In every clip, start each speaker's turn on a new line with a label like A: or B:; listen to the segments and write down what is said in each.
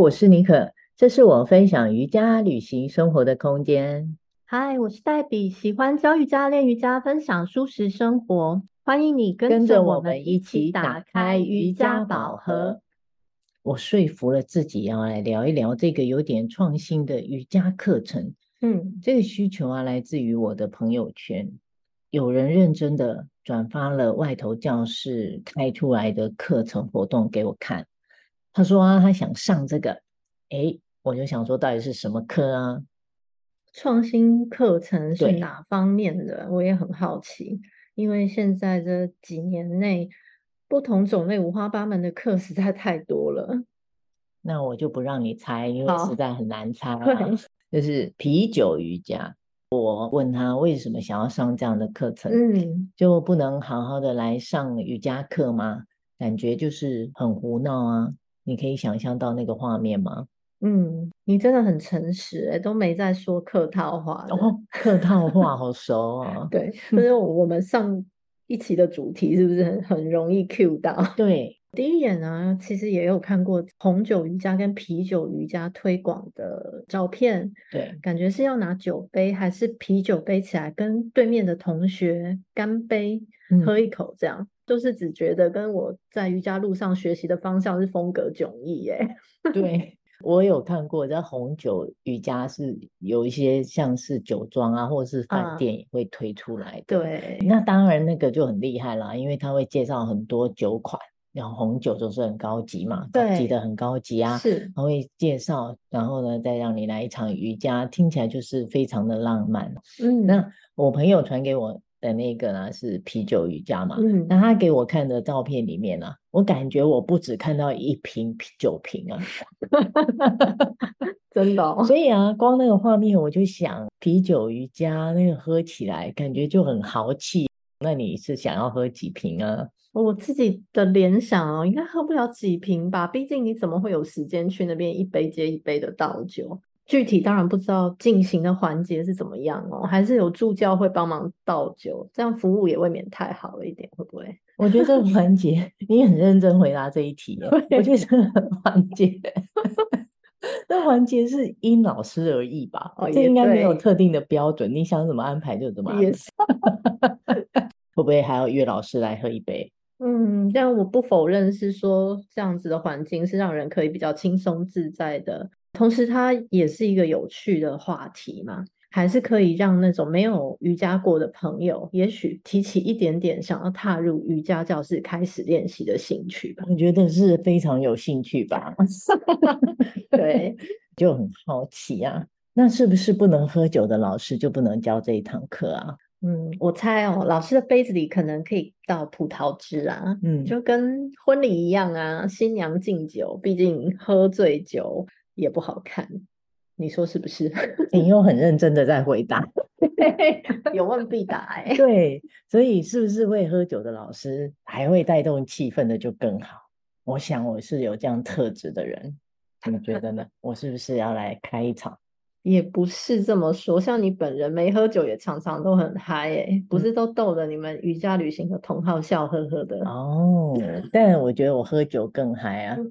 A: 我是妮可，这是我分享瑜伽、旅行、生活的空间。
B: 嗨，我是黛比，喜欢教瑜伽、练瑜伽，分享舒适生活。欢迎你
A: 跟
B: 跟
A: 着
B: 着
A: 我
B: 我
A: 们
B: 们
A: 一
B: 一
A: 起
B: 起
A: 打
B: 打
A: 开
B: 开
A: 瑜
B: 瑜
A: 伽
B: 伽
A: 宝
B: 宝
A: 盒
B: 盒。。
A: 我说服了自己要来聊一聊这个有点创新的瑜伽课程。
B: 嗯
A: 这个需求啊，来自于我的朋友圈，有人认真的转发了外头教室开出来的课程活动给我看。他说啊，他想上这个，诶，我就想说到底是什么课啊？
B: 创新课程是
A: 对
B: 哪方面的？我也很好奇，因为现在这几年内，不同种类五花八门的课实在太多了。
A: 那我就不让你猜，因为实
B: 好，
A: 在很难猜
B: 对，
A: 啊。就是啤酒瑜伽，我问他为什么想要上这样的课程，
B: 嗯，
A: 就不能好好的来上瑜伽课吗？感觉就是很胡闹啊！你可以想象到那个画面吗？
B: 嗯，你真的很诚实、欸，都没在说客套话的。
A: 哦，客套话好熟哦。
B: 对，就是我们上一期的主题是不是很很容易 cue 到？
A: 对，
B: 第一眼呢，其实也有看过红酒瑜伽跟啤酒瑜伽推广的照片，
A: 对，
B: 感觉是要拿酒杯还是啤酒杯起来跟对面的同学干杯，
A: 嗯，
B: 喝一口这样，就是只觉得跟我在瑜伽路上学习的方向是风格迥异耶。
A: 对，我有看过，在红酒瑜伽是有一些像是酒庄啊，或是饭
B: 啊，
A: 店也会推出来的。
B: 对，
A: 那当然，那个就很厉害啦，因为他会介绍很多酒款，然后红酒就是很高级嘛，高级的
B: 对，
A: 很高级啊，
B: 是，
A: 他会介绍，然后呢，再让你来一场瑜伽，听起来就是非常的浪漫。
B: 嗯
A: 那我朋友传给我的那个呢是啤酒瑜伽嘛，
B: 嗯，
A: 那他给我看的照片里面呢、我感觉我不只看到一瓶啤酒瓶啊，
B: 真的哦，
A: 所以啊，光那个画面我就想，啤酒瑜伽那个喝起来感觉就很豪气。那你是想要喝几瓶啊？
B: 我自己的联想哦，应该喝不了几瓶吧，毕竟你怎么会有时间去那边一杯接一杯的倒酒？具体当然不知道进行的环节是怎么样哦，还是有助教会帮忙倒酒，这样服务也未免太好了一点，会不会？
A: 我觉得这个环节你很认真回答这一题耶，我觉得
B: 对，
A: 这个环节， 那环节是因老师而异吧？
B: 哦，
A: 这
B: 也
A: 应该没有
B: 对，
A: 特定的标准，你想怎么安排就怎么安
B: 也
A: 排。
B: 是，
A: 会不会还要约老师来喝一杯？
B: 嗯，但我不否认是说这样子的环境是让人可以比较轻松自在的，同时它也是一个有趣的话题嘛，还是可以让那种没有瑜伽过的朋友，也许提起一点点想要踏入瑜伽教室开始练习的兴趣吧。
A: 我觉得是非常有兴趣吧，
B: 对，
A: 就很好奇啊。那是不是不能喝酒的老师就不能教这一堂课啊？
B: 嗯，我猜哦，老师的杯子里可能可以倒葡萄汁啊，
A: 嗯，
B: 就跟婚礼一样啊，新娘敬酒，毕竟喝醉酒也不好看，你说是不是？
A: 你又很认真的在回答。
B: 有问必答
A: 欸
B: 哎、
A: 对，所以是不是会喝酒的老师还会带动气氛的就更好？我想我是有这样特质的人，你觉得呢？ 我是不是要来开一场？
B: 也不是这么说，像你本人没喝酒也常常都很嗨哎、不
A: 嗯，
B: 是都逗得你们瑜伽旅行的同好笑呵呵的。
A: 哦，但我觉得我喝酒更嗨啊。
B: 嗯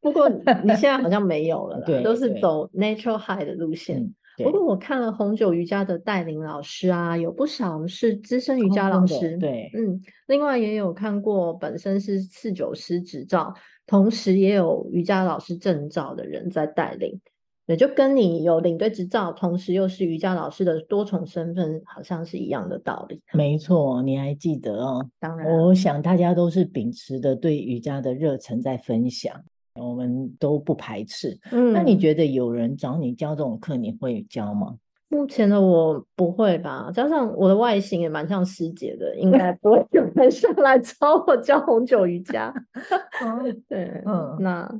B: 不过你你现在好像没有了啦，都
A: 对
B: 是
A: 对，
B: 走 natural high 的路线。
A: 嗯，
B: 不
A: 对，
B: 过我看了红酒瑜伽的带领老师啊，有不少是资深瑜
A: 高
B: 伽
A: 中
B: 老
A: 哦的，
B: 师，
A: 对，
B: 嗯，另外也有看过本身是侍酒师执照，同时也有瑜伽老师证照的人在带领，也就跟你有领队执照，同时又是瑜伽老师的多重身份，好像是一样的道理。
A: 没错，你还记得哦？
B: 当然，
A: 我想大家都是秉持着对瑜伽的热忱在分享，我们都不排斥。那你
B: 嗯。
A: 觉得有人找你教这种课，你会教吗？
B: 目前的我不会吧，加上我的外形也蛮像师姐的，应该不会有人上来找我教红酒瑜伽。
A: 哦，
B: 对，
A: 嗯，
B: 那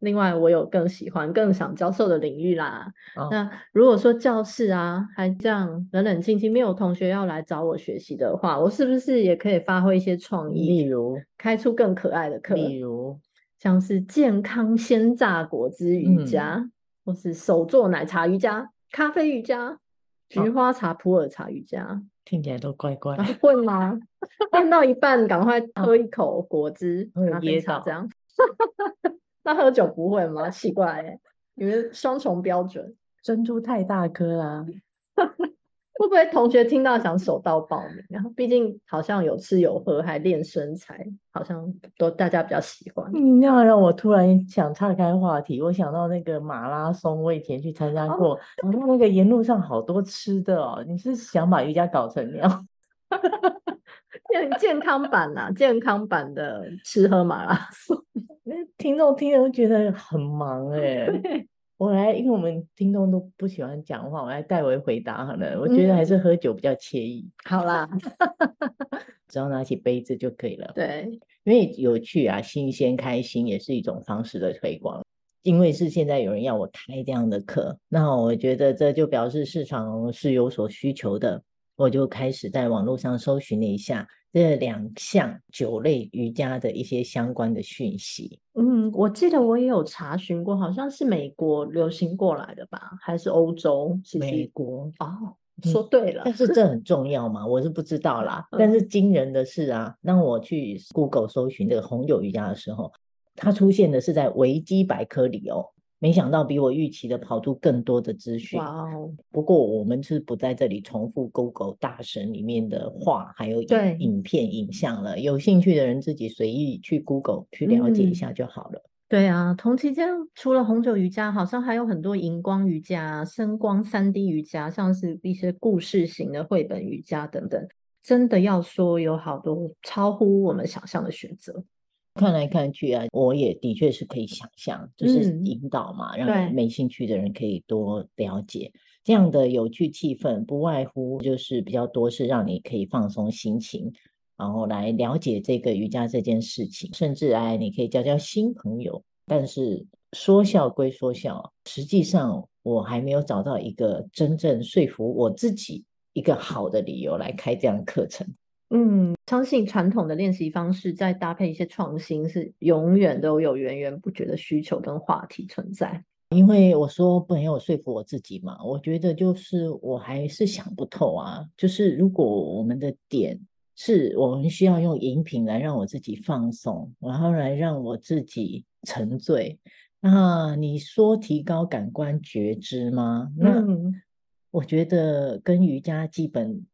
B: 另外我有更喜欢、更想教授的领域啦。
A: 哦，
B: 那如果说教室啊还这样冷冷清清，没有同学要来找我学习的话，我是不是也可以发挥一些创意，
A: 例如，
B: 开出更可爱的课，
A: 例如，
B: 像是健康鲜榨果汁瑜
A: 嗯，
B: 伽，或是手做奶茶瑜伽、咖啡瑜伽、菊
A: 哦，
B: 花茶普洱茶瑜伽。
A: 听起来都怪怪，
B: 啊，会 吗？练到一半，赶快
A: 啊，
B: 喝一口果汁、
A: 会有
B: 咖啡
A: 噎
B: 茶，这
A: 到。
B: 样。 那喝酒不会吗？奇怪、欸，你们双重标准，
A: 珍珠太大颗啊啦、
B: 嗯会不会同学听到想手到报名？然后毕竟好像有吃有喝，还练身材，好像都大家比较喜欢。
A: 你那让我突然想岔开话题，我想到那个马拉松，我以前去参加
B: 哦
A: 过，然后那个沿路上好多吃的哦。你是想把瑜伽搞成那样？
B: 健健康版呐、健康版的吃喝马拉 松，
A: 那听众听了都觉得很忙哎、 我来，因为我们听众都不喜欢讲话，我来代为回答好了。我觉
B: 嗯
A: 得还是喝酒比较惬意，
B: 好啦，
A: 只要拿起杯子就可以了。
B: 对，
A: 因为有趣啊，新鲜开心也是一种方式的推广。因为是现在有人要我开这样的课，那我觉得这就表示市场是有所需求的，我就开始在网络上搜寻了一下这两项酒类瑜伽的一些相关的讯息。
B: 嗯，我记得我也有查询过，好像是美国流行过来的吧，还是欧洲？其
A: 美
B: 实
A: 国，
B: 哦，
A: 嗯
B: 说对了
A: 但，是这很重要吗？我是不知道 啦。
B: 嗯
A: 但是惊人的是啊，当我去 Google 搜寻这个红酒瑜伽的时候，它出现的是在维基百科里哦。没想到比我预期的跑出更多的资讯
B: 哇。哦，
A: 不过我们是不在这里重复 Google 大神里面的话，还有影
B: 对
A: 影片、影像了。有兴趣的人自己随意去 Google 去了解一
B: 嗯
A: 下就好了。
B: 对啊，同期间除了红酒瑜伽，好像还有很多荧光瑜伽、声光三 D 瑜伽，像是一些故事型的绘本瑜伽等等。真的要说，有好多超乎我们想象的选择。
A: 看来看去啊，我也的确是可以想象，就是
B: 嗯
A: 引导嘛，
B: 对
A: 让没兴趣的人可以多了解。这样的有趣气氛，不外乎就是比较多是让你可以放松心情，然后来了解这个瑜伽这件事情，甚至哎，你可以交交新朋友。但是说笑归说笑，实际上我还没有找到一个真正说服我自己一个好的理由来开这样的课程。
B: 嗯，相信传统的练习方式再搭配一些创新，是永远都有源源不绝的需求跟话题存在。
A: 因为我说没有说服我自己嘛，我觉得就是我还是想不透啊。就是如果我们的点是我们需要用饮品来让我自己放松，然后来让我自己沉醉，那你说提高感官觉知吗？那
B: 嗯，
A: 我觉得跟瑜伽基本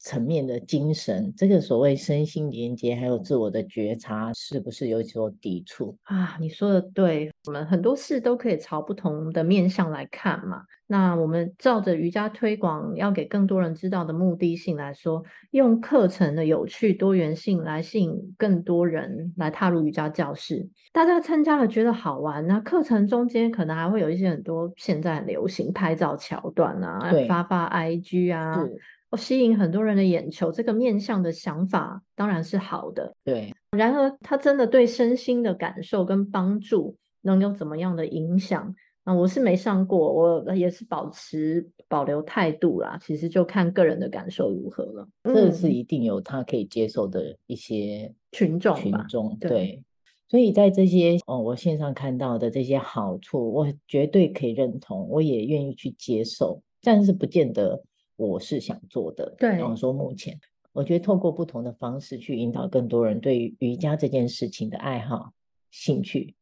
A: 层面的精神，这个所谓身心连接还有自我的觉察，是不是有所抵触？
B: 啊，你说的对，我们很多事都可以朝不同的面向来看嘛。那我们照着瑜伽推广要给更多人知道的目的性来说，用课程的有趣多元性来吸引更多人来踏入瑜伽教室。大家参加了觉得好玩，那课程中间可能还会有一些很多现在很流行拍照桥段啊
A: 对，
B: 发发 IG 啊，
A: 是，
B: 哦吸引很多人的眼球，这个面向的想法当然是好的。
A: 对。
B: 然而，它真的对身心的感受跟帮助能有怎么样的影响？那我是没上过，我也是保持保留态度啦。其实就看个人的感受如何了。
A: 这是
B: 嗯
A: 一定有他可以接受的一些
B: 群众
A: 群
B: 吧
A: 众，
B: 对
A: 对。所以在这些哦，我线上看到的这些好处，我绝对可以认同，我也愿意去接受，但是不见得我是想做的。然后
B: 对
A: 说目前，我觉得透过不同的方式去引导更多人对于瑜伽这件事情的爱好、兴趣，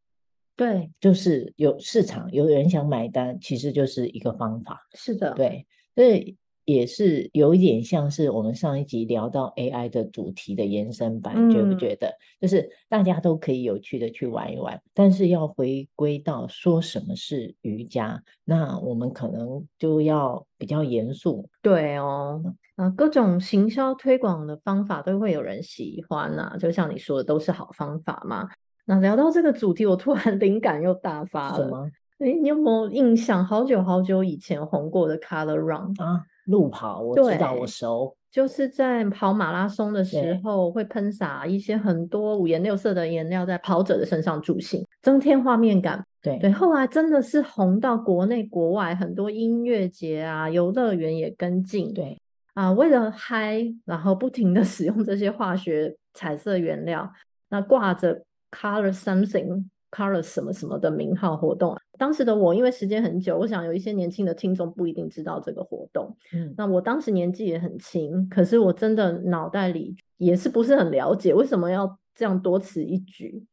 B: 对，
A: 就是有市场，有人想买单，其实就是一个方法。
B: 是的，
A: 对，这也是有一点像是我们上一集聊到 AI 的主题的延伸版，觉不
B: 嗯
A: 觉得？就是大家都可以有趣的去玩一玩，但是要回归到说什么是瑜伽，那我们可能就要比较严肃。
B: 对哦，啊，各种行销推广的方法都会有人喜欢呐、就像你说的，都是好方法嘛。那聊到这个主题，我突然 灵感又大发
A: 什
B: 了。
A: 么
B: 诶，你有没有印象？好久好久以前红过的 Color Run，
A: 啊？路跑，我知道，我
B: 对
A: 熟。
B: 就是在跑马拉松的时
A: 对
B: 候会喷洒一些很多五颜六色的颜料在跑者的身上助兴，增添画面感。
A: 对
B: 对，后来真的是红到国内国外，很多音乐节啊、游乐园也跟进。
A: 对
B: 啊，为了嗨，然后不停的 使用这些化学彩色原料，那挂着 color something color 什么什么的名号活动。啊当时的我，因为时间很久，我想有一些年轻的听众不一定知道这个活动。
A: 嗯，
B: 那我当时年纪也很轻，可是我真的脑袋里也是不是很了解为什么要这样多此一举。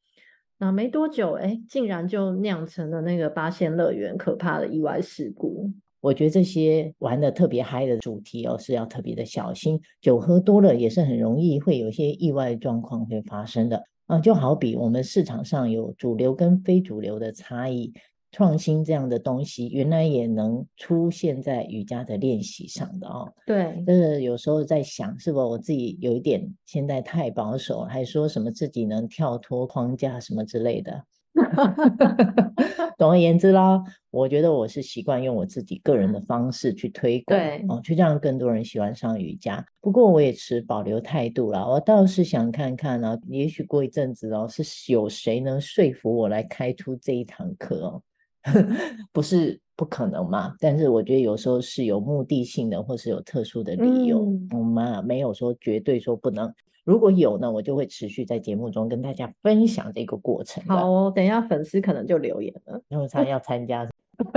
B: 那没多久，哎，竟然就酿成了那个八仙乐园可怕的意外事故。
A: 我觉得这些玩的特别嗨的主题哦，是要特别的小心。酒喝多了也是很容易会有一些意外状况会发生的啊，就好比我们市场上有主流跟非主流的差异，创新这样的东西，原来也能出现在瑜伽的练习上的哦。
B: 对，
A: 但是有时候在想，是否我自己有一点现在太保守，还说什么自己能跳脱框架什么之类的。总而言之啦，我觉得我是习惯用我自己个人的方式去推广，
B: 对
A: 哦，去让更多人喜欢上瑜伽。不过我也持保留态度啦，我倒是想看看呢、啊，也许过一阵子哦，是有谁能说服我来开出这一堂课哦， 不是不可能嘛。但是我觉得有时候是有目的性的，或是有特殊的理由，
B: 嗯
A: 我们啊没有说绝对说不能。如果有呢，我就会持续在节目中跟大家分享这个过程的。
B: 好哦，等一下粉丝可能就留言了，
A: 因为他要参加，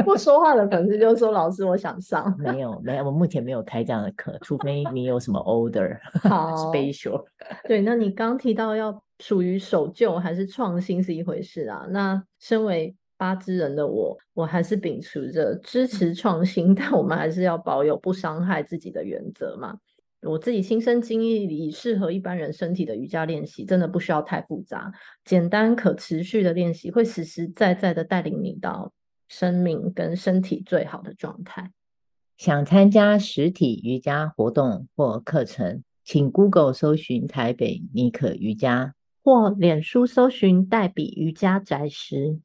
B: 不说话的粉丝就说：“老师，我想 上。
A: 没有没有，我目前没有开这样的课，除非你有什么 order
B: 好
A: special。
B: 对，那你刚提到要属于守旧还是创新是一回事啊。那身为八之人的我，我还是秉持着支持创新， 但我们还是要保有不伤害自己的原则嘛。我自己亲身经历里，适合一般人身体的瑜伽练习，真的不需要太复杂，简单可持续的练习会实实在在的带领你到生命跟身体最好的状态。
A: 想参加实体瑜伽活动或课程，请 Google 搜寻台北尼可瑜伽。
B: 或脸书搜寻“黛比瑜伽宅师”。